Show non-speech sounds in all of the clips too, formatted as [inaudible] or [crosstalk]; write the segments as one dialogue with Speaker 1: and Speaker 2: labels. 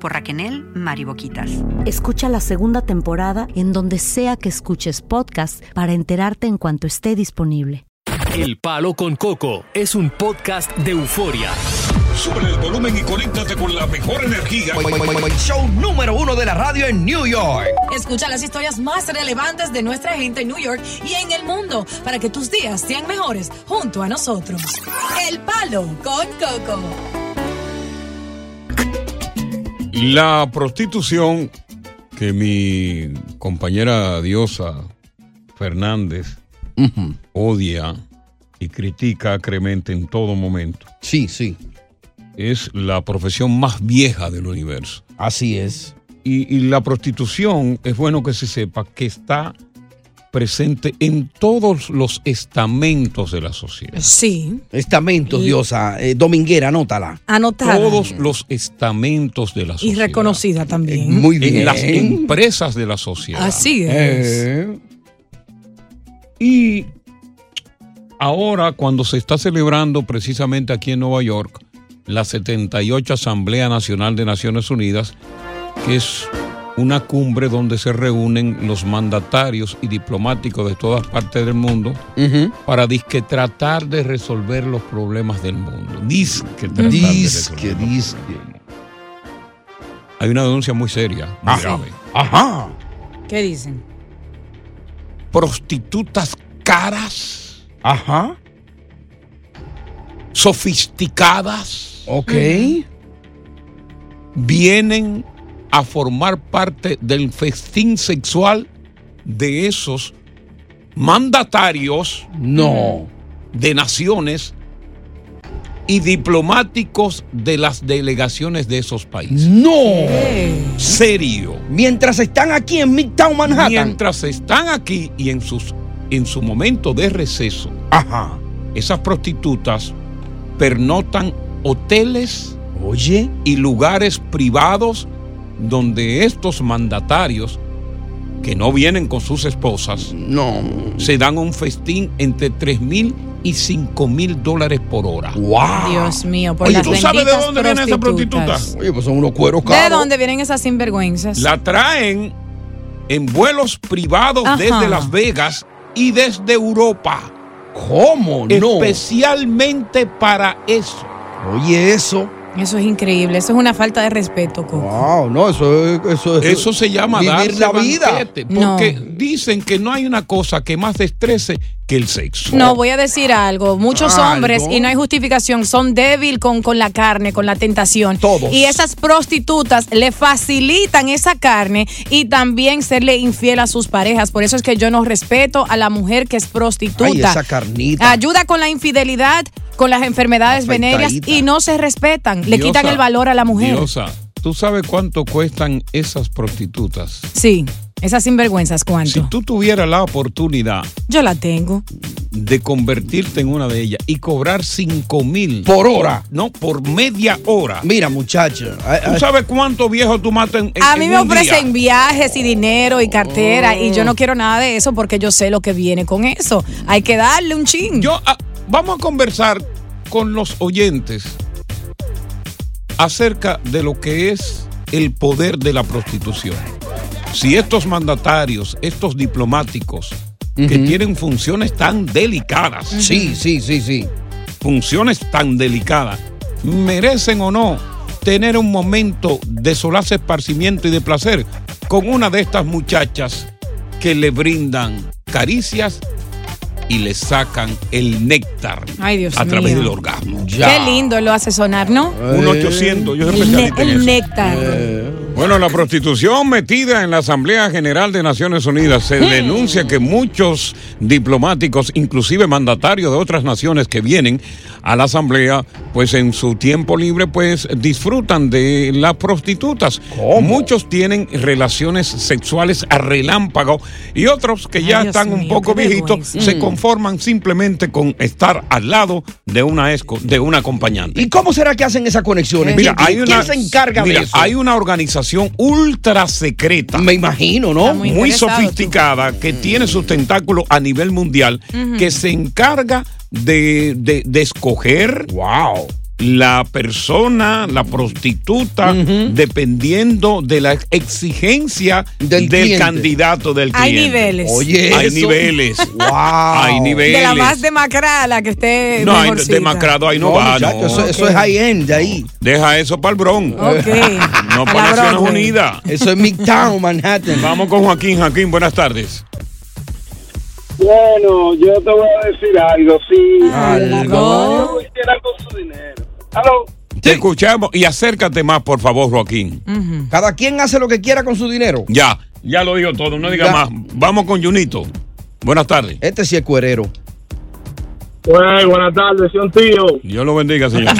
Speaker 1: por Raquenel Mariboquitas.
Speaker 2: Escucha la segunda temporada en donde sea que escuches podcast para enterarte en cuanto esté disponible.
Speaker 3: El Palo con Coco es un podcast de euforia.
Speaker 4: Sube el volumen y conéctate con la mejor energía.
Speaker 5: Boy, boy, boy, Show número uno de la radio en New York.
Speaker 6: Escucha las historias más relevantes de nuestra gente en New York y en el mundo para que tus días sean mejores junto a nosotros. El Palo con Coco.
Speaker 7: La prostitución que mi compañera diosa Fernández uh -huh. odia y critica acremente en todo momento.
Speaker 8: Sí, sí.
Speaker 7: Es la profesión más vieja del universo.
Speaker 8: Así es.
Speaker 7: Y, y la prostitución es bueno que se sepa que está presente en todos los estamentos de la sociedad.
Speaker 8: Sí. Estamentos, y... diosa. Eh, dominguera, anótala.
Speaker 6: Anotada.
Speaker 7: Todos los estamentos de la sociedad.
Speaker 6: Y reconocida también. Eh,
Speaker 7: muy bien. En las empresas de la sociedad.
Speaker 6: Así es. Eh.
Speaker 7: Y ahora, cuando se está celebrando precisamente aquí en Nueva York, la 78 Asamblea Nacional de Naciones Unidas, que es una cumbre donde se reúnen los mandatarios y diplomáticos de todas partes del mundo uh -huh. para disque tratar de resolver los problemas del mundo. Disque tratar
Speaker 8: disque,
Speaker 7: de
Speaker 8: disque.
Speaker 7: Hay una denuncia muy seria, muy
Speaker 8: Ajá.
Speaker 7: grave.
Speaker 8: Ajá.
Speaker 6: ¿Qué dicen?
Speaker 7: Prostitutas caras.
Speaker 8: Ajá.
Speaker 7: Sofisticadas.
Speaker 8: Ok.
Speaker 7: Vienen a formar parte del festín sexual de esos mandatarios
Speaker 8: no
Speaker 7: de naciones y diplomáticos de las delegaciones de esos países.
Speaker 8: No.
Speaker 7: ¿Qué? Serio.
Speaker 8: Mientras están aquí en Midtown Manhattan.
Speaker 7: Mientras están aquí y en sus en su momento de receso.
Speaker 8: Ajá.
Speaker 7: Esas prostitutas pernotan hoteles,
Speaker 8: oye,
Speaker 7: y lugares privados donde estos mandatarios que no vienen con sus esposas,
Speaker 8: no.
Speaker 7: se dan un festín entre 3 mil y 5 mil dólares por hora.
Speaker 8: ¡Wow!
Speaker 6: Dios mío, por
Speaker 7: Oye,
Speaker 6: las
Speaker 7: ¿tú sabes de
Speaker 6: benditas
Speaker 7: dónde vienen esas prostitutas?
Speaker 8: Oye, pues son unos cueros
Speaker 6: ¿De
Speaker 8: caros.
Speaker 6: dónde vienen esas sinvergüenzas?
Speaker 7: La traen en vuelos privados
Speaker 6: Ajá.
Speaker 7: desde Las Vegas y desde Europa,
Speaker 8: ¿Cómo? No.
Speaker 7: especialmente para eso.
Speaker 8: Oye, eso.
Speaker 6: Eso es increíble, eso es una falta de respeto, Coco.
Speaker 8: Wow, no, eso es. Eso, es-
Speaker 7: Eso se llama
Speaker 8: vivir
Speaker 7: darse
Speaker 8: la vida.
Speaker 7: banquete, porque dicen que no hay una cosa que más destrece que el sexo.
Speaker 6: No, voy a decir algo. Muchos
Speaker 7: Algo.
Speaker 6: hombres, y no hay justificación, son débil con, con la carne, con la tentación.
Speaker 8: Todos.
Speaker 6: Y esas prostitutas le facilitan esa carne y también serle infiel a sus parejas. Por eso es que yo no respeto a la mujer que es prostituta.
Speaker 8: Ay, esa carnita.
Speaker 6: Ayuda con la infidelidad, con las enfermedades venéreas y no se respetan. Le
Speaker 7: Diosa,
Speaker 6: quitan el valor a la mujer.
Speaker 7: Diosa, ¿tú sabes cuánto cuestan esas prostitutas?
Speaker 6: Sí, esas sinvergüenzas, ¿cuánto?
Speaker 7: Si tú tuvieras la oportunidad
Speaker 6: Yo la tengo.
Speaker 7: de convertirte en una de ellas y cobrar 5 mil.
Speaker 8: Por hora.
Speaker 7: No, por media hora.
Speaker 8: Mira, muchacha.
Speaker 7: ¿Tú sabes cuánto viejo tú matas en, en-
Speaker 6: A
Speaker 7: en
Speaker 6: mí me
Speaker 7: un día? Oh.
Speaker 6: ofrecen viajes y dinero y cartera y yo no quiero nada de eso porque yo sé lo que viene con eso. Hay que darle un chin.
Speaker 7: Yo, ah, vamos a conversar con los oyentes acerca de lo que es el poder de la prostitución. Si estos mandatarios, estos diplomáticos, que tienen funciones tan delicadas.
Speaker 8: Sí, sí, sí, sí.
Speaker 7: Funciones tan delicadas. ¿Merecen o no tener un momento de solaz esparcimiento y de placer con una de estas muchachas que le brindan caricias y le sacan el néctar
Speaker 6: Ay, Dios
Speaker 7: a través
Speaker 6: mío.
Speaker 7: del orgasmo?
Speaker 6: Qué lindo lo hace sonar, ¿no?
Speaker 7: Un 800, yo soy
Speaker 6: El, ne-
Speaker 7: especialista en
Speaker 6: el
Speaker 7: eso. Eh,
Speaker 6: néctar.
Speaker 7: Bueno, la prostitución metida en la Asamblea General de Naciones Unidas
Speaker 9: Mm.
Speaker 7: se denuncia que muchos diplomáticos, inclusive mandatarios de otras naciones que vienen a la Asamblea, pues en su tiempo libre, pues disfrutan de las prostitutas. Muchos tienen relaciones sexuales a relámpago y otros que ya
Speaker 9: Ay, Dios
Speaker 7: están un
Speaker 9: mío,
Speaker 7: poco
Speaker 9: qué
Speaker 7: viejitos
Speaker 9: vergüenza.
Speaker 7: se
Speaker 9: Mm.
Speaker 7: conforman simplemente con estar al lado de una esco, de un acompañante.
Speaker 8: ¿Y cómo será que hacen esas conexiones?
Speaker 7: Mira,
Speaker 8: ¿Quién-
Speaker 7: hay
Speaker 8: quién
Speaker 7: una,
Speaker 8: se encarga
Speaker 7: mira,
Speaker 8: de eso?
Speaker 7: Hay una organización ultra secreta.
Speaker 8: Me imagino, ¿no? Mm. Está
Speaker 7: Muy,
Speaker 8: muy interesado,
Speaker 7: sofisticada, que tiene sus tentáculos a nivel mundial,
Speaker 8: Ujú.
Speaker 7: que se encarga de, de- de escoger. ¡Wow! La persona, la prostituta, dependiendo de la exigencia del,
Speaker 6: cliente.
Speaker 7: candidato, del
Speaker 6: Hay
Speaker 7: cliente.
Speaker 6: niveles. Oye,
Speaker 7: hay
Speaker 6: eso.
Speaker 8: [laughs]
Speaker 7: niveles.
Speaker 6: Wow.
Speaker 7: Hay niveles.
Speaker 6: De la más demacrada, la que esté
Speaker 7: No, hay
Speaker 6: mejorcita.
Speaker 7: demacrado ahí no,
Speaker 8: No,
Speaker 7: va.
Speaker 8: muchacho,
Speaker 7: no.
Speaker 8: eso- eso es high-end de ahí.
Speaker 7: Deja eso para el Bronx. [laughs] No para
Speaker 8: La
Speaker 7: Naciones
Speaker 8: Broadway.
Speaker 7: Unidas.
Speaker 8: Eso es Midtown, Manhattan.
Speaker 7: Vamos con Joaquín. Joaquín, buenas tardes.
Speaker 10: Bueno, yo te voy a decir algo, sí.
Speaker 7: Algo.
Speaker 10: Yo hiciera con su dinero. Aló.
Speaker 7: Te escuchamos y acércate más, por favor, Joaquín.
Speaker 8: Cada quien hace lo que quiera con su dinero.
Speaker 7: Ya, ya lo digo todo, no diga
Speaker 8: Ya.
Speaker 7: más. Vamos con Junito. Buenas tardes.
Speaker 8: Este sí es cuerero.
Speaker 10: Bueno, buenas tardes, soy un tío.
Speaker 7: Dios lo
Speaker 8: [laughs]
Speaker 7: bendiga, señor.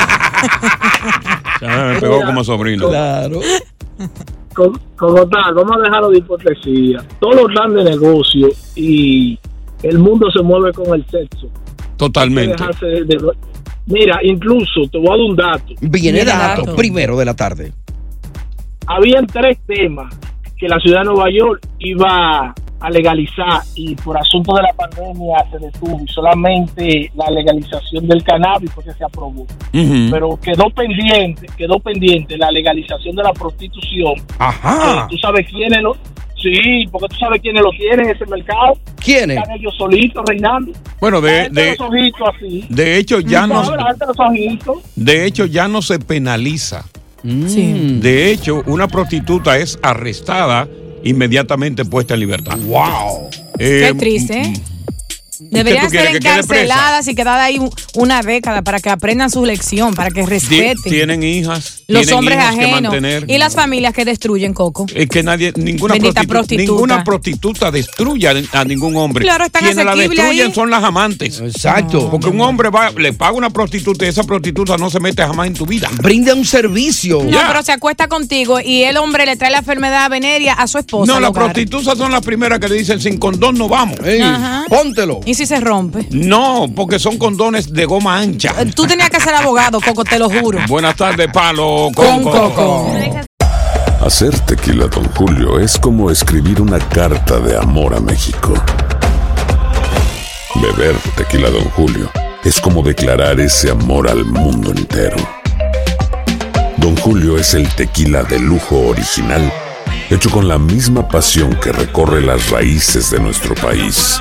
Speaker 7: Ya me pegó como sobrino.
Speaker 8: Claro.
Speaker 10: Como, como tal, vamos a dejarlo de hipocresía. Todos los grandes negocios y el mundo se mueve con el sexo. Hay que
Speaker 7: Totalmente.
Speaker 10: dejarse de- de- Mira, incluso te voy a dar un dato.
Speaker 8: Viene dato, primero de la tarde.
Speaker 10: Habían tres temas que la ciudad de Nueva York iba a legalizar y por asunto de la pandemia se detuvo y solamente la legalización del cannabis porque se aprobó.
Speaker 7: Mm.
Speaker 11: Ujú.
Speaker 10: Pero quedó pendiente, quedó pendiente la legalización de la prostitución.
Speaker 8: Ajá.
Speaker 7: Ah.
Speaker 10: Eh, tú sabes quiénes lo Sí, porque tú sabes quiénes lo tienen ese mercado.
Speaker 8: ¿Quiénes?
Speaker 10: Están ellos solitos reinando.
Speaker 7: Bueno, de, de,
Speaker 10: Los ojitos así.
Speaker 7: de hecho ya no,
Speaker 10: Adelante los ojitos.
Speaker 7: de hecho ya no se penaliza. Mm.
Speaker 8: Mm.
Speaker 7: De hecho, una prostituta es arrestada inmediatamente puesta en libertad. mm, Wow.
Speaker 6: Qué triste, ¿eh? Deberían
Speaker 7: quieres,
Speaker 6: ser
Speaker 7: que quede presa?
Speaker 6: encarceladas y quedar ahí una década para que aprendan su lección, para que respeten
Speaker 7: tienen hijas,
Speaker 6: los
Speaker 7: tienen
Speaker 6: hombres
Speaker 7: hijos que
Speaker 6: ajenos
Speaker 7: mantener.
Speaker 6: y las familias que destruyen Coco.
Speaker 7: Es que nadie, ninguna
Speaker 6: Bendita
Speaker 7: prostitu-
Speaker 6: prostituta.
Speaker 7: ninguna prostituta destruye a- a ningún hombre.
Speaker 6: Claro, están
Speaker 7: Quienes la
Speaker 6: asequibles
Speaker 7: destruyen
Speaker 6: ahí.
Speaker 7: son las amantes.
Speaker 8: Exacto.
Speaker 7: Porque un hombre va, le paga a una prostituta y esa prostituta no se mete jamás en tu vida.
Speaker 8: Brinda un servicio.
Speaker 6: No, pero se acuesta contigo y el hombre le trae la enfermedad venérea a su esposa.
Speaker 7: No,
Speaker 6: al
Speaker 7: las
Speaker 6: hogar.
Speaker 7: prostitutas son las primeras que le dicen sin condón no vamos.
Speaker 6: Ajá.
Speaker 8: Póntelo.
Speaker 6: ¿Y si se rompe? Eh,
Speaker 7: No, porque son condones de goma ancha.
Speaker 8: Eh,
Speaker 6: Tú tenías que ser abogado, Coco, te lo juro.
Speaker 7: Buenas tardes, Palo.
Speaker 6: Con
Speaker 7: Coco.
Speaker 6: Coco.
Speaker 12: Hacer tequila, Don Julio, es como escribir una carta de amor a México. Beber tequila, Don Julio, es como declarar ese amor al mundo entero. Don Julio es el tequila de lujo original, hecho con la misma pasión que recorre las raíces de nuestro país.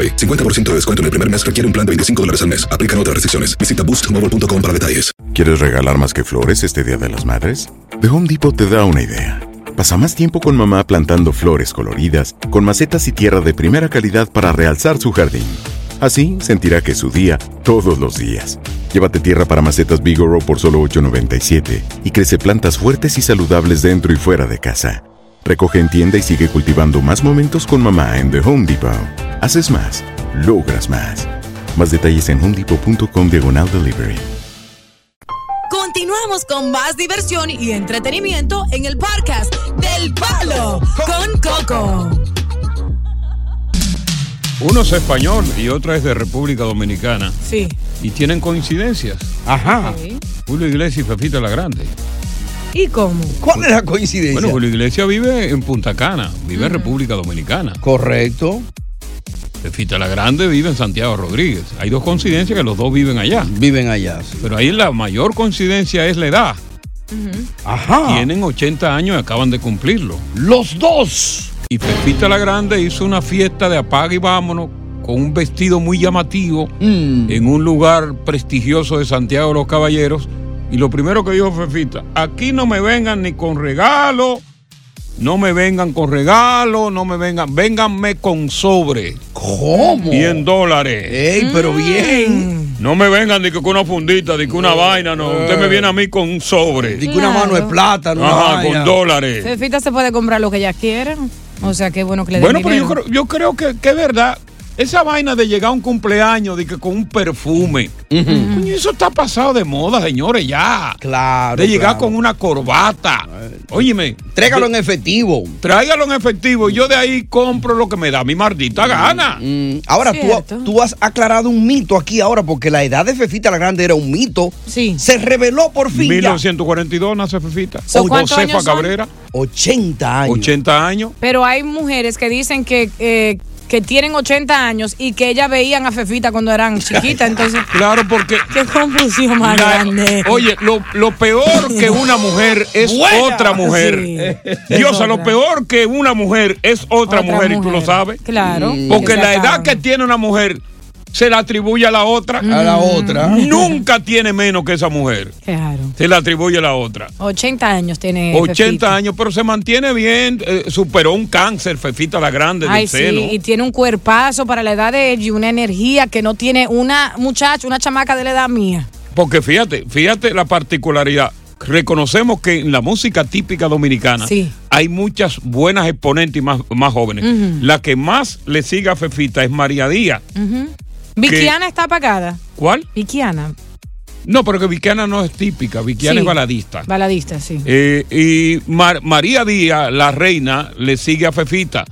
Speaker 13: 50% de descuento en el primer mes requiere un plan de 25 dólares al mes. Aplican otras restricciones. Visita boostmobile.com para detalles.
Speaker 9: ¿Quieres regalar más que flores este Día de las Madres? The Home Depot te da una idea. Pasa más tiempo con mamá plantando flores coloridas, con macetas y tierra de primera calidad para realzar su jardín. Así sentirá que es su día todos los días. Llévate tierra para macetas Bigoro por solo $8.97 y crece plantas fuertes y saludables dentro y fuera de casa. Recoge en tienda y sigue cultivando más momentos con mamá en The Home Depot. Haces más, logras más. Más detalles en homedepot.com diagonal delivery.
Speaker 6: Continuamos con más diversión y entretenimiento en el podcast del Palo con Coco.
Speaker 7: Uno es español y otra es de República Dominicana.
Speaker 6: Sí.
Speaker 7: Y tienen coincidencias.
Speaker 8: Ajá.
Speaker 7: Julio Iglesias y Fefita la Grande.
Speaker 6: ¿Y cómo?
Speaker 8: ¿Cuál es la coincidencia?
Speaker 7: Bueno, Julio Iglesias vive en Punta Cana, vive en República Dominicana.
Speaker 8: Correcto.
Speaker 7: Fefita la Grande vive en Santiago Rodríguez. Hay dos coincidencias que los dos viven allá.
Speaker 8: Viven allá. sí.
Speaker 7: Pero ahí la mayor coincidencia es la edad.
Speaker 8: Ajá.
Speaker 7: Tienen 80 años y acaban de cumplirlo.
Speaker 8: Ah. Los dos.
Speaker 7: Y Pepita la Grande hizo una fiesta de apaga y vámonos con un vestido muy llamativo
Speaker 8: Mm.
Speaker 7: en un lugar prestigioso de Santiago de los Caballeros. Y lo primero que dijo Fefita, aquí no me vengan ni con regalo, no me vengan con regalo, no me vengan, vénganme con sobre.
Speaker 8: ¿Cómo?
Speaker 7: 100 dólares.
Speaker 8: ¡Ey, pero bien!
Speaker 7: No me vengan de que con una fundita, de que una vaina, no. Usted me viene a mí con un sobre.
Speaker 8: Di que una mano de plata, no una
Speaker 7: Ajá,
Speaker 8: vaina.
Speaker 7: con dólares.
Speaker 6: Fefita se puede comprar lo que ella quiera. O sea, qué bueno que le den
Speaker 7: Bueno, pero yo
Speaker 6: dinero.
Speaker 7: creo, yo creo que, que es verdad. Esa vaina de llegar a un cumpleaños de que con un perfume. Coño, eso está pasado de moda, señores, ya.
Speaker 8: Claro.
Speaker 7: de llegar
Speaker 8: claro.
Speaker 7: con una corbata. Óyeme.
Speaker 8: Trégalo en
Speaker 7: de-
Speaker 8: efectivo.
Speaker 7: Tráigalo en efectivo y yo de ahí compro lo que me da mi
Speaker 8: Mm,
Speaker 7: maldita gana.
Speaker 8: Ahora, tú, tú has aclarado un mito aquí ahora, porque la edad de Fefita la Grande era un mito.
Speaker 6: Sí.
Speaker 8: Se reveló por fin. ya.
Speaker 7: 1942 nace Fefita.
Speaker 6: So, ¿cuántos
Speaker 7: Josefa
Speaker 6: años son?
Speaker 7: Cabrera,
Speaker 8: 80 años.
Speaker 7: 80 años.
Speaker 6: Pero hay mujeres que dicen que, eh, que tienen 80 años y que ellas veían a Fefita cuando eran chiquitas, entonces...
Speaker 7: [laughs] Claro, porque
Speaker 6: ¡Qué confusión más
Speaker 7: La-
Speaker 6: grande!
Speaker 7: Oye, lo, lo peor
Speaker 6: [laughs]
Speaker 7: que una mujer es
Speaker 8: Buena.
Speaker 7: otra
Speaker 6: Sí.
Speaker 7: mujer. Diosa, lo peor que una mujer es otra, mujer, y tú lo sabes.
Speaker 6: Claro.
Speaker 7: Porque
Speaker 6: Que se
Speaker 7: la edad
Speaker 6: acaban. Mm.
Speaker 7: que tiene una mujer se la atribuye a la otra.
Speaker 8: A la otra.
Speaker 7: [laughs] Nunca tiene menos que esa mujer.
Speaker 6: Claro.
Speaker 7: Se la atribuye a la otra.
Speaker 6: 80 años tiene
Speaker 7: 80
Speaker 6: Eh, Fefita.
Speaker 7: años, pero se mantiene bien. eh, superó un cáncer, Fefita la Grande,
Speaker 6: Ay,
Speaker 7: del seno.
Speaker 6: sí, y tiene un cuerpazo para la edad de ella y una energía que no tiene una muchacha, una chamaca de la edad mía.
Speaker 7: Porque fíjate, fíjate la particularidad. Reconocemos que en la música típica dominicana
Speaker 6: Sí.
Speaker 7: hay muchas buenas exponentes y más, más jóvenes.
Speaker 6: Ujú. Mm.
Speaker 7: La que más le sigue a Fefita es María Díaz.
Speaker 6: Ujú. Vikiana está apagada.
Speaker 7: ¿Cuál?
Speaker 6: Vikiana,
Speaker 7: No, porque Vicana no es típica, Vicana
Speaker 6: Sí.
Speaker 7: es baladista.
Speaker 6: baladista, sí.
Speaker 7: Eh, y Mar- María Díaz, la reina, le sigue a Fefita.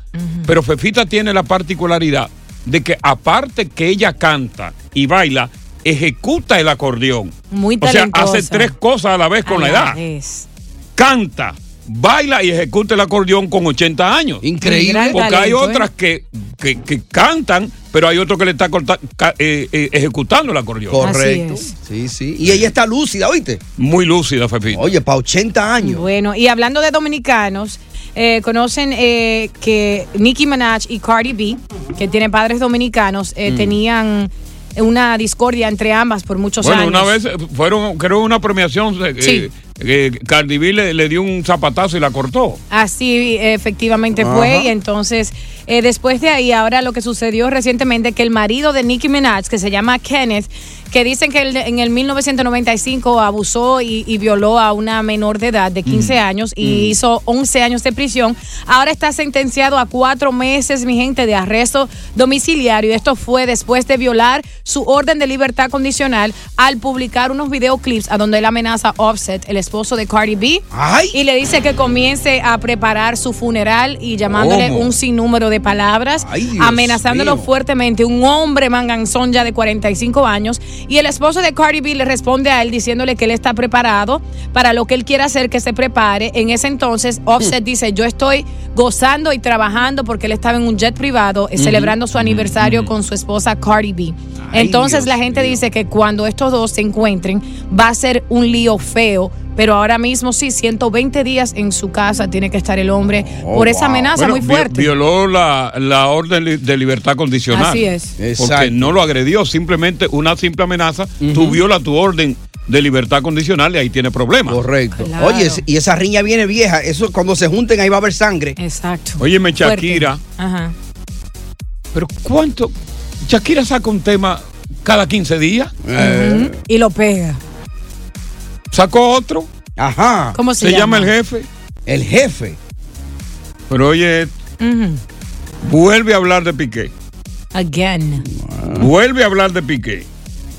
Speaker 7: Pero Fefita tiene la particularidad de que aparte que ella canta y baila, ejecuta el acordeón.
Speaker 6: Muy
Speaker 7: O sea,
Speaker 6: talentosa.
Speaker 7: hace tres cosas a la vez con
Speaker 6: A
Speaker 7: la edad.
Speaker 6: vez.
Speaker 7: canta, baila y ejecuta el acordeón con 80 años.
Speaker 8: Increíble.
Speaker 6: Gran
Speaker 7: Porque hay
Speaker 6: talento, ¿eh?
Speaker 7: otras que, que, que cantan, pero hay otro que le está corta- ca- eh, eh, ejecutando el acordeón.
Speaker 8: Correcto. Sí,
Speaker 6: Así
Speaker 8: sí. Y ella está lúcida, ¿oíste?
Speaker 7: Muy lúcida, Fefita.
Speaker 8: Oye, para 80 años.
Speaker 6: Bueno, y hablando de dominicanos, eh, conocen eh, que Nicki Minaj y Cardi B, que tienen padres dominicanos,
Speaker 7: Mm.
Speaker 6: eh, tenían una discordia entre ambas por muchos
Speaker 7: bueno,
Speaker 6: años.
Speaker 7: una vez eh, fueron, creo, una premiación. eh,
Speaker 6: Sí.
Speaker 7: eh, eh, Cardi B le, le dio un zapatazo y la cortó.
Speaker 6: Así eh, efectivamente fue.
Speaker 8: Ajá.
Speaker 6: Y entonces, eh, después de ahí, ahora lo que sucedió recientemente, que el marido de Nicki Minaj, que se llama Kenneth, que dicen que él en el 1995 abusó y, y violó a una menor de edad de 15 años y hizo 11 años de prisión. Ahora está sentenciado a cuatro meses, mi gente, de arresto domiciliario. Esto fue después de violar su orden de libertad condicional al publicar unos videoclips a donde él amenaza a Offset, el esposo de Cardi B, y le dice que comience a preparar su funeral y llamándole
Speaker 11: ¿Cómo?
Speaker 6: un sinnúmero de palabras,
Speaker 11: Ay, Dios
Speaker 6: amenazándolo
Speaker 11: mío.
Speaker 6: fuertemente. Un hombre manganzón ya de 45 años. Y el esposo de Cardi B le responde a él diciéndole que él está preparado para lo que él quiera hacer, que se prepare. En ese entonces, Offset dice: Yo estoy gozando y trabajando porque él estaba en un jet privado eh,
Speaker 11: Ujú,
Speaker 6: celebrando su aniversario con su esposa Cardi B. Entonces, la gente dice que cuando estos dos se encuentren, va a ser un lío feo. Pero ahora mismo sí, 120 días en su casa tiene que estar el hombre
Speaker 7: Oh,
Speaker 6: por esa
Speaker 7: wow.
Speaker 6: amenaza
Speaker 7: Bueno,
Speaker 6: muy
Speaker 7: vi-
Speaker 6: fuerte.
Speaker 7: Violó la, la orden li- de libertad condicional.
Speaker 6: Así es.
Speaker 7: Porque
Speaker 8: Exacto.
Speaker 7: no lo agredió, simplemente una simple amenaza. Tú violas tu orden de libertad condicional y ahí tiene problemas.
Speaker 8: Correcto. Oye, es- y esa riña viene vieja. Eso cuando se junten ahí va a haber sangre.
Speaker 6: Exacto.
Speaker 7: Óyeme, Shakira.
Speaker 6: Ajá.
Speaker 7: Pero ¿cuánto? Shakira saca un tema cada 15 días.
Speaker 6: Ujú. Y lo pega.
Speaker 7: Sacó otro.
Speaker 8: Ajá.
Speaker 6: ¿Cómo se llama?
Speaker 7: Ah, el jefe.
Speaker 8: El jefe.
Speaker 7: Pero oye,
Speaker 6: Ujú.
Speaker 7: vuelve a hablar de Piqué.
Speaker 6: Again.
Speaker 7: Vuelve a hablar de Piqué.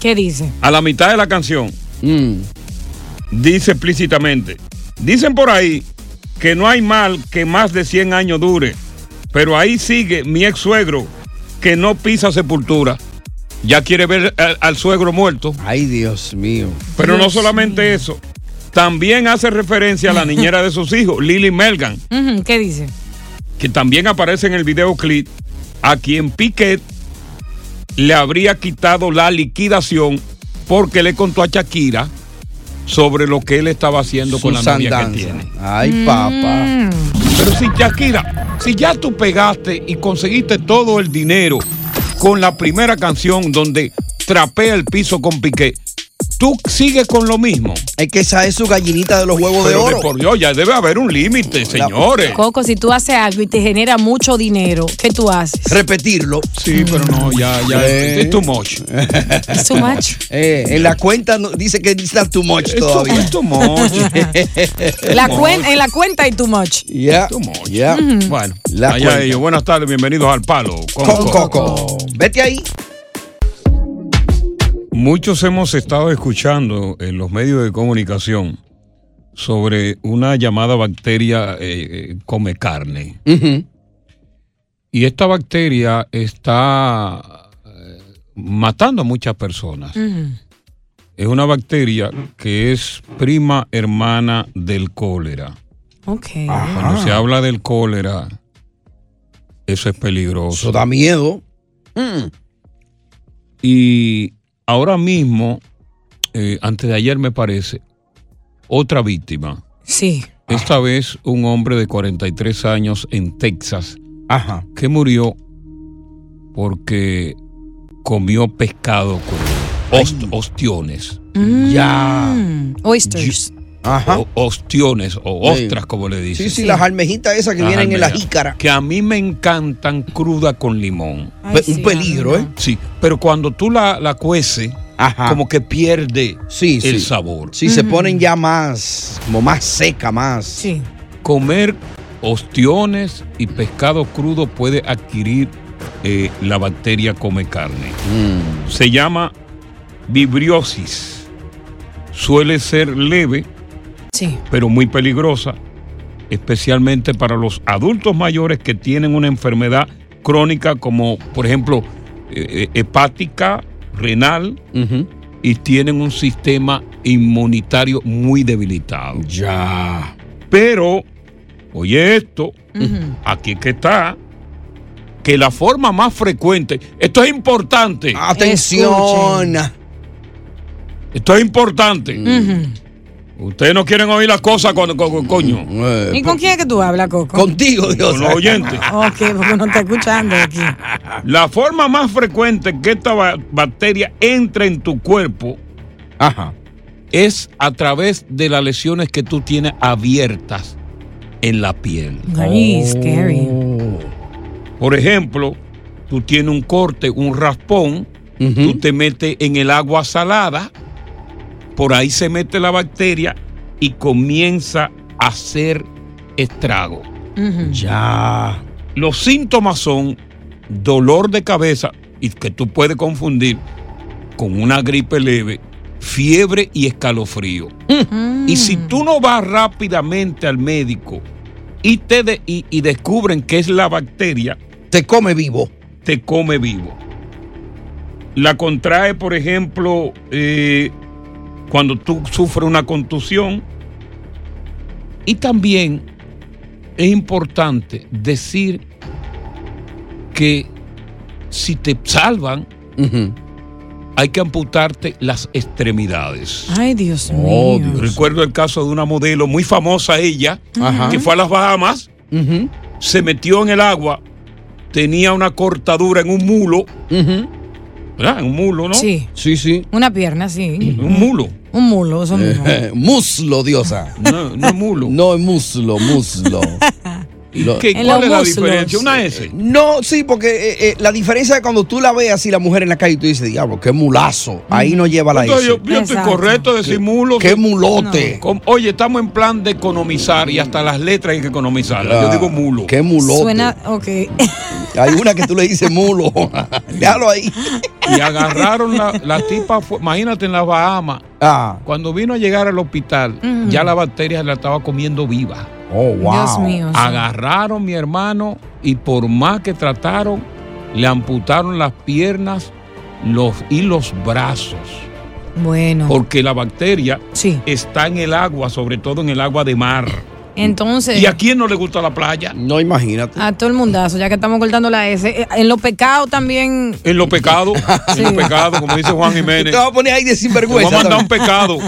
Speaker 6: ¿Qué dice?
Speaker 7: a la mitad de la canción, dice explícitamente, dicen por ahí que no hay mal que más de 100 años dure, pero ahí sigue mi ex suegro que no pisa sepultura. Ya quiere ver al, al suegro muerto.
Speaker 8: Ay, Dios mío.
Speaker 7: Pero no solamente eso, también hace referencia a la niñera de sus hijos, Lily Melgan,
Speaker 6: Ujú, ¿Qué dice?
Speaker 7: que también aparece en el videoclip, a quien Piquet le habría quitado la liquidación porque le contó a Shakira sobre lo que él estaba haciendo con la
Speaker 8: Sus
Speaker 7: novia que
Speaker 8: andanzas.
Speaker 7: tiene.
Speaker 8: Ay, papá.
Speaker 7: Pero si Shakira, si ya tú pegaste y conseguiste todo el dinero con la primera canción donde trapea el piso con Piqué, tú sigues con lo mismo.
Speaker 8: Es que esa es su gallinita de los huevos
Speaker 7: Pero
Speaker 8: de oro.
Speaker 7: por Dios, ya debe haber un límite, señores.
Speaker 6: Coco, si tú haces algo y te genera mucho dinero, ¿qué tú haces?
Speaker 8: Repetirlo.
Speaker 7: Sí, pero no, ya, ya.
Speaker 8: Eh.
Speaker 7: It's too much.
Speaker 6: It's too much.
Speaker 7: [laughs]
Speaker 8: Eh, en la cuenta no- dice que está too much todavía.
Speaker 7: It's too much.
Speaker 6: La cuen- en la cuenta y too much. Mm-hmm.
Speaker 8: Ya. Ya.
Speaker 7: Bueno,
Speaker 8: La
Speaker 7: allá
Speaker 8: cuenta.
Speaker 7: ellos. Buenas tardes, bienvenidos al Palo con
Speaker 8: Con
Speaker 7: Coco.
Speaker 8: Coco. Vete ahí.
Speaker 7: Muchos hemos estado escuchando en los medios de comunicación sobre una llamada bacteria eh, eh, come carne. Y esta bacteria está eh, matando a muchas personas.
Speaker 6: Mm-hmm.
Speaker 7: Es una bacteria que es prima hermana del cólera.
Speaker 6: Ok.
Speaker 7: Cuando
Speaker 8: Ah.
Speaker 7: se habla del cólera, eso es peligroso.
Speaker 8: Eso da miedo.
Speaker 7: Y ahora mismo, eh, antes de ayer me parece, otra víctima.
Speaker 6: Sí.
Speaker 8: Ah.
Speaker 7: Esta vez un hombre de 43 años en Texas
Speaker 8: Ajá.
Speaker 7: que murió porque comió pescado con ost- ostiones.
Speaker 8: Ya.
Speaker 6: Mm. Oysters.
Speaker 7: O- ostiones o
Speaker 8: Sí.
Speaker 7: ostras, como le dicen.
Speaker 8: Oh, Sí, sí, las almejitas esas que
Speaker 7: Las
Speaker 8: vienen en la
Speaker 7: almejas.
Speaker 8: jícara.
Speaker 7: Que a mí me encantan cruda con limón.
Speaker 6: Ay, Pe- un sí, peligro,
Speaker 7: ¿eh? Sí, pero cuando tú la, la cueces, como que pierde
Speaker 8: Sí,
Speaker 7: el
Speaker 8: Ah. sí.
Speaker 7: sabor.
Speaker 8: Sí, se ponen ya más, como más seca, más.
Speaker 6: Sí.
Speaker 7: Comer ostiones y pescado crudo puede adquirir eh, la bacteria come carne.
Speaker 8: Mm.
Speaker 7: Se llama vibriosis. Suele ser leve,
Speaker 6: Sí.
Speaker 7: pero muy peligrosa, especialmente para los adultos mayores que tienen una enfermedad crónica como, por ejemplo, eh, eh, hepática, renal, y tienen un sistema inmunitario muy debilitado. Ya. Pero, oye esto, aquí que está, que la forma más frecuente, esto es importante.
Speaker 8: Ah. Atención.
Speaker 7: Esto es importante. Ustedes no quieren oír las cosas con, con- Eh, con- coño.
Speaker 6: ¿Y con quién es que tú hablas, Coco?
Speaker 8: Contigo,
Speaker 7: Dios. Con los oyentes. [laughs]
Speaker 6: Ok, porque no está escuchando aquí.
Speaker 7: La forma más frecuente que esta ba- bacteria entra en tu cuerpo es a través de las lesiones que tú tienes abiertas en la piel.
Speaker 6: Very scary.
Speaker 7: Por ejemplo, tú tienes un corte, un raspón tú te metes en el agua salada, por ahí se mete la bacteria y comienza a hacer estrago. Ya. Los síntomas son dolor de cabeza, y que tú puedes confundir con una gripe leve, fiebre y escalofrío. Y si
Speaker 6: Mm.
Speaker 7: tú no vas rápidamente al médico y, te de- y, y descubren que es la bacteria, te come vivo. Te come vivo. La contrae, por ejemplo, eh, cuando tú sufres una contusión. Y también es importante decir que si te salvan, hay que amputarte las extremidades.
Speaker 6: Ay, Oh, Dios
Speaker 7: Oh,
Speaker 6: mío.
Speaker 7: Recuerdo el caso de una modelo muy famosa ella,
Speaker 6: Ajá.
Speaker 7: que fue a las Bahamas, se metió en el agua, tenía una cortadura en un mulo, ¿verdad? En un mulo, ¿no?
Speaker 6: Sí.
Speaker 7: sí, sí.
Speaker 6: Una pierna, sí.
Speaker 7: Un mulo.
Speaker 6: Un mulo,
Speaker 8: Eh,
Speaker 6: eso mismo.
Speaker 8: muslo, diosa.
Speaker 7: No, no es mulo.
Speaker 8: [laughs] No, es muslo, muslo. Lo-
Speaker 7: ¿Qué- En cuál los es la muslos. diferencia? ¿Una S?
Speaker 8: No, sí, porque eh, eh, la diferencia es cuando tú la ves así, la mujer en la calle, y tú dices, diablo, qué mulazo. Ahí no lleva la S.
Speaker 7: Entonces, yo, yo estoy correcto de decir mulo.
Speaker 8: qué mulote.
Speaker 7: No. Com- Oye, estamos en plan de economizar y hasta las letras hay que economizarlas.
Speaker 8: Ah,
Speaker 7: Yo digo mulo.
Speaker 8: Qué [laughs] mulote.
Speaker 6: Suena, ok. [laughs]
Speaker 8: Hay una que tú le dices mulo. Déjalo ahí.
Speaker 7: Y agarraron la, la tipa, fue- imagínate en las Bahamas.
Speaker 8: Ah,
Speaker 7: Cuando vino a llegar al hospital,
Speaker 6: Ujú.
Speaker 7: ya la bacteria la estaba comiendo viva.
Speaker 8: Oh,
Speaker 6: wow. Dios mío, sí.
Speaker 7: Agarraron mi hermano y por más que trataron, le amputaron las piernas los, y los brazos.
Speaker 6: Bueno.
Speaker 7: Porque la bacteria está en el agua, sobre todo en el agua de mar.
Speaker 6: Entonces,
Speaker 7: ¿Y a quién no le gusta la playa?
Speaker 8: No, imagínate.
Speaker 6: a todo el mundazo, ya que estamos cortando la S, eh, en los pecados también.
Speaker 7: En los pecados, en los pecados, como dice Juan
Speaker 8: [laughs]
Speaker 7: Jiménez.
Speaker 8: Te vas a poner ahí de sinvergüenza.
Speaker 7: Te voy a mandar un pecado.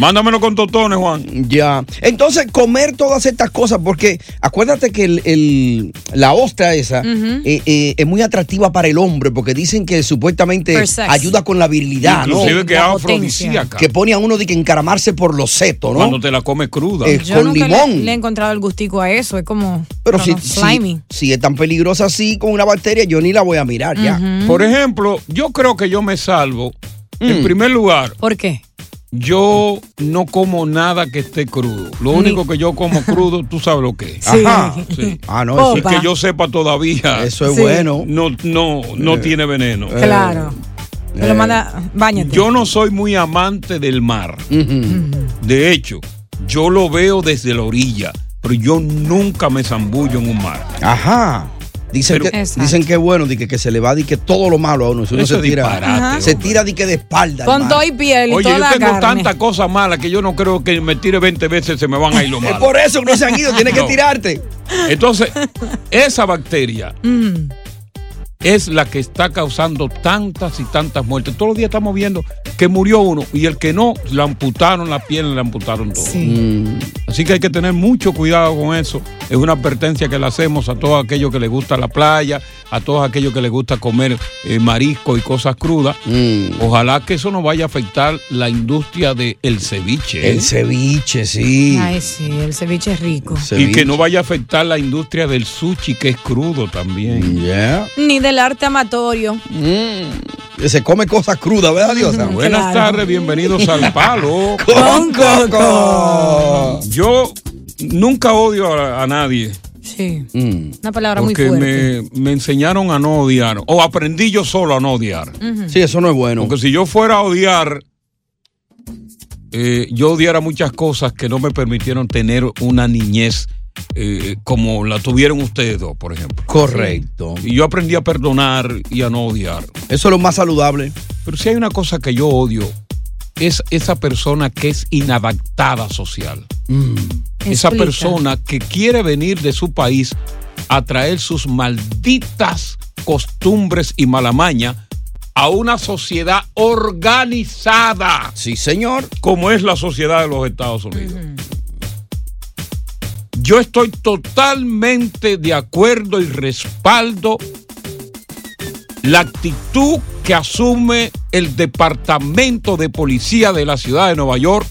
Speaker 7: Mándamelo con totones, Juan.
Speaker 8: Mm, Ya. Entonces, comer todas estas cosas, porque acuérdate que el- el- la ostra esa
Speaker 6: Ujú.
Speaker 8: eh, eh, es muy atractiva para el hombre, porque dicen que supuestamente
Speaker 6: Per sex.
Speaker 8: ayuda con la virilidad, Ah, ¿no?
Speaker 7: Inclusive que es La potencia. afrodisíaca.
Speaker 8: Que pone a uno de que encaramarse por los setos, ¿no?
Speaker 7: Cuando te la comes cruda.
Speaker 8: Eh,
Speaker 6: Yo
Speaker 8: con
Speaker 6: nunca le- Le,
Speaker 8: limón.
Speaker 6: he encontrado el gustico a eso, es como.
Speaker 8: Pero
Speaker 6: no,
Speaker 8: si,
Speaker 6: no,
Speaker 8: si-
Speaker 6: slimy.
Speaker 8: si es tan peligrosa así con una bacteria, yo ni la voy a mirar
Speaker 6: Mm.
Speaker 8: ya.
Speaker 7: Por ejemplo, yo creo que yo me salvo. En primer lugar,
Speaker 6: ¿Por qué?
Speaker 7: yo no como nada que esté crudo. Lo
Speaker 6: Ni-
Speaker 7: único que yo
Speaker 6: [laughs]
Speaker 7: como crudo, tú sabes lo que es.
Speaker 8: Sí. Ajá. Ah, no,
Speaker 6: Oh,
Speaker 8: eso-
Speaker 7: Y que yo sepa todavía.
Speaker 8: Eso es Sí. bueno.
Speaker 7: No, no, no tiene veneno.
Speaker 8: Eh,
Speaker 6: Eh. Claro. Pero
Speaker 7: eh.
Speaker 6: manda, bañate.
Speaker 7: Yo no soy muy amante del mar. Mm-hmm. De hecho, yo lo veo desde la orilla, pero yo nunca me zambullo en un mar.
Speaker 8: Ajá. Dicen,
Speaker 7: Pero-
Speaker 8: que,
Speaker 7: Exacto.
Speaker 8: dicen que es bueno, de que, que se le va de que todo lo malo a uno. Si uno
Speaker 7: Eso
Speaker 8: se
Speaker 7: es
Speaker 8: tira,
Speaker 7: disparate, Ajá.
Speaker 8: se tira de que de espalda.
Speaker 6: Con
Speaker 8: hermano.
Speaker 6: todo y piel y
Speaker 7: Oye,
Speaker 6: toda
Speaker 7: yo
Speaker 6: la
Speaker 7: tengo
Speaker 6: carne.
Speaker 7: tantas cosas malas que yo no creo que me tire 20 veces se me van
Speaker 6: [laughs]
Speaker 7: a ir lo
Speaker 8: Es
Speaker 7: malo.
Speaker 8: por eso que no se han ido, tienes que
Speaker 7: [laughs] No.
Speaker 8: tirarte.
Speaker 7: Entonces, esa bacteria
Speaker 6: Mm.
Speaker 7: es la que está causando tantas y tantas muertes. Todos los días estamos viendo que murió uno y el que no, le amputaron la piel, le amputaron todo. Así que hay que tener mucho cuidado con eso. Es una advertencia que le hacemos a todos aquellos que les gusta la playa, a todos aquellos que les gusta comer eh, marisco y cosas crudas. Ojalá que eso no vaya a afectar la industria del ceviche. ¿eh?
Speaker 8: El ceviche, sí.
Speaker 6: Ay, sí, el ceviche es rico.
Speaker 7: Y que no vaya a afectar la industria del sushi, que es crudo también.
Speaker 6: Ni del arte amatorio.
Speaker 8: Que Se come cosas crudas, ¿verdad, Diosa?
Speaker 7: Buenas tardes, bienvenidos
Speaker 6: [laughs]
Speaker 7: al Palo
Speaker 8: [laughs] Con Coco.
Speaker 7: Yo nunca odio a, a nadie.
Speaker 6: Sí.
Speaker 8: Mm.
Speaker 6: Una palabra muy
Speaker 7: porque
Speaker 6: fuerte.
Speaker 7: me, me enseñaron a no odiar. O aprendí yo solo a no odiar.
Speaker 6: Ujú.
Speaker 8: Sí, eso no es bueno.
Speaker 7: Porque si yo fuera a odiar, eh, yo odiara muchas cosas que no me permitieron tener una niñez eh, como la tuvieron ustedes dos, por ejemplo.
Speaker 8: Correcto.
Speaker 7: Y yo aprendí a perdonar y a no odiar.
Speaker 8: Eso es lo más saludable.
Speaker 7: Pero si hay una cosa que yo odio, es esa persona que es inadaptada social.
Speaker 8: Mm.
Speaker 7: Esa
Speaker 8: Explica.
Speaker 7: persona que quiere venir de su país a traer sus malditas costumbres y malamaña a una sociedad organizada.
Speaker 8: Sí, señor.
Speaker 7: Como es la sociedad de los Estados Unidos. Yo estoy totalmente de acuerdo y respaldo la actitud que asume el Departamento de Policía de la Ciudad de Nueva York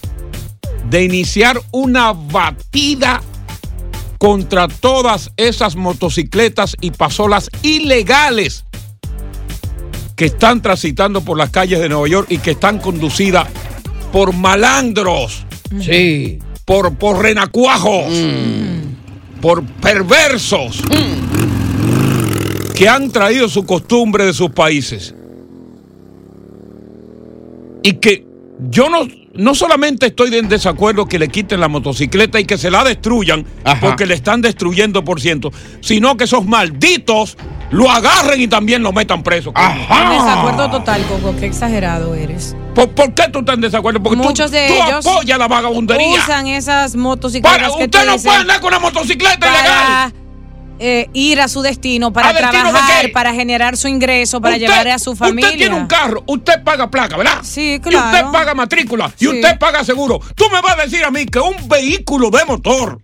Speaker 7: de iniciar una batida contra todas esas motocicletas y pasolas ilegales que están transitando por las calles de Nueva York y que están conducidas por malandros.
Speaker 8: Sí.
Speaker 7: Por, por renacuajos.
Speaker 6: Mm.
Speaker 7: Por perversos.
Speaker 6: Mm.
Speaker 7: Que han traído su costumbre de sus países. Y que yo no, no solamente estoy en desacuerdo que le quiten la motocicleta y que se la destruyan,
Speaker 8: Ajá.
Speaker 7: porque le están destruyendo por ciento, sino que esos malditos lo agarren y también lo metan preso.
Speaker 6: En desacuerdo total, Coco, qué exagerado eres.
Speaker 7: ¿Por, por qué tú estás en desacuerdo? Porque tú-
Speaker 6: Muchos
Speaker 7: tú,
Speaker 6: de ellos
Speaker 7: apoyas la vagabundería.
Speaker 6: Usan esas motocicletas
Speaker 7: Para,
Speaker 6: que
Speaker 7: usted
Speaker 6: tú
Speaker 7: no
Speaker 6: dices
Speaker 7: puede andar con una motocicleta ilegal.
Speaker 6: para eh, ir a su destino, para
Speaker 7: ¿A destino de
Speaker 6: trabajar,
Speaker 7: qué?
Speaker 6: para generar su ingreso, para llevar a su familia.
Speaker 7: Usted tiene un carro, usted paga placa, ¿verdad?
Speaker 6: Sí,
Speaker 7: Y
Speaker 6: claro.
Speaker 7: usted paga matrícula, y usted paga seguro. Tú me vas a decir a mí que un vehículo de motor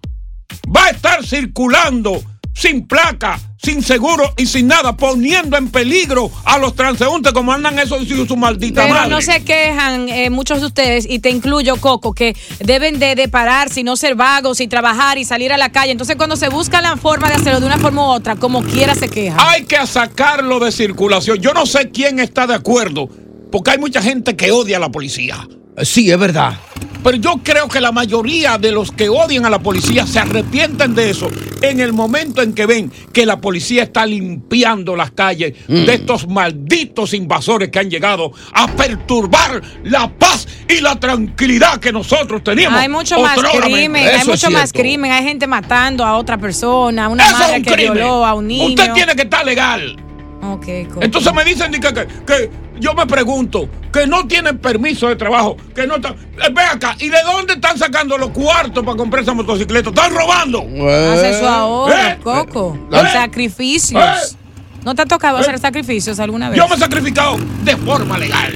Speaker 7: va a estar circulando sin placa, sin seguro y sin nada, poniendo en peligro a los transeúntes como andan esos hijos de su maldita
Speaker 6: Pero
Speaker 7: madre.
Speaker 6: no se quejan eh, muchos de ustedes, y te incluyo, Coco, que deben de, de pararse y no ser vagos y trabajar y salir a la calle. Entonces, cuando se busca la forma de hacerlo de una forma u otra, como quiera se quejan.
Speaker 7: Hay que sacarlo de circulación. Yo no sé quién está de acuerdo, porque hay mucha gente que odia a la policía.
Speaker 8: Sí, es verdad.
Speaker 7: Pero yo creo que la mayoría de los que odian a la policía se arrepienten de eso en el momento en que ven que la policía está limpiando las calles de estos malditos invasores que han llegado a perturbar la paz y la tranquilidad que nosotros teníamos.
Speaker 6: Hay mucho más
Speaker 7: otroramente.
Speaker 6: crimen, hay
Speaker 7: Eso es
Speaker 6: mucho más
Speaker 7: cierto.
Speaker 6: crimen, hay gente matando a otra persona, una
Speaker 7: Eso es
Speaker 6: madre
Speaker 7: un
Speaker 6: que
Speaker 7: crimen.
Speaker 6: violó a un niño.
Speaker 7: Usted tiene que estar legal.
Speaker 6: Ok, Coco.
Speaker 7: Entonces me dicen que, que- que yo me pregunto, que no tienen permiso de trabajo, que no están... Eh, Ve acá, ¿y de dónde están sacando los cuartos para comprar esa motocicleta? ¡Están robando!
Speaker 6: Haz eso ahora,
Speaker 7: Eh,
Speaker 6: Coco.
Speaker 7: eh, eh,
Speaker 6: sacrificios. ¿No te ha tocado hacer sacrificios alguna vez?
Speaker 7: Yo me he sacrificado de forma legal.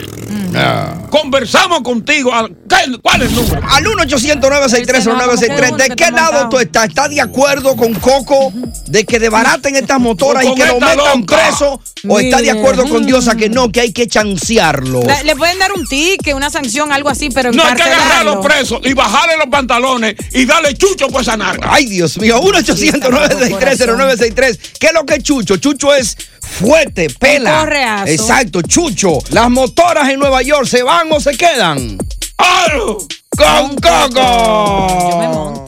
Speaker 7: Ah. Conversamos contigo. ¿a qué- ¿Cuál es el número?
Speaker 8: Al 1 800 963 ¿De qué lado tú estás? ¿Estás de acuerdo con Coco de que desbaraten estas motoras y
Speaker 7: Con
Speaker 8: que lo
Speaker 7: esta
Speaker 8: metan
Speaker 7: loca.
Speaker 8: preso? ¿O estás de
Speaker 6: Mira.
Speaker 8: acuerdo con Diosa que no, que hay que chancearlo?
Speaker 6: Da- Le pueden dar un ticket, una sanción, algo así, pero
Speaker 7: No hay que agarrar a
Speaker 6: encarcelarlo.
Speaker 7: los presos y bajarle los pantalones y darle chucho pues, por esa narga.
Speaker 8: Ay, Dios mío, 1 800 963 ¿Qué es lo que es Chucho? Chucho es fuerte, pela.
Speaker 6: correazo.
Speaker 8: Exacto, Chucho. Las motoras en Nueva York se van o se quedan.
Speaker 7: ¡Aro!
Speaker 8: ¡Con Coco!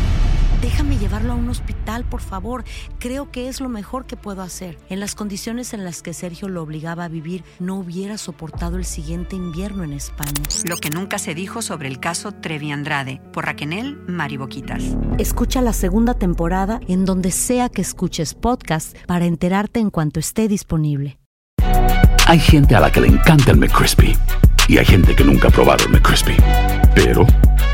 Speaker 2: Déjame llevarlo a un hospital, por favor. Creo que es lo mejor que puedo hacer. En las condiciones en las que Sergio lo obligaba a vivir, no hubiera soportado el siguiente invierno en España.
Speaker 1: Lo que nunca se dijo sobre el caso Trevi Andrade por Raquel Mariboquitas.
Speaker 2: Escucha la segunda temporada en donde sea que escuches podcast para enterarte en cuanto esté disponible.
Speaker 14: Hay gente a la que le encanta el McCrispy y hay gente que nunca ha probado el McCrispy. Pero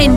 Speaker 15: En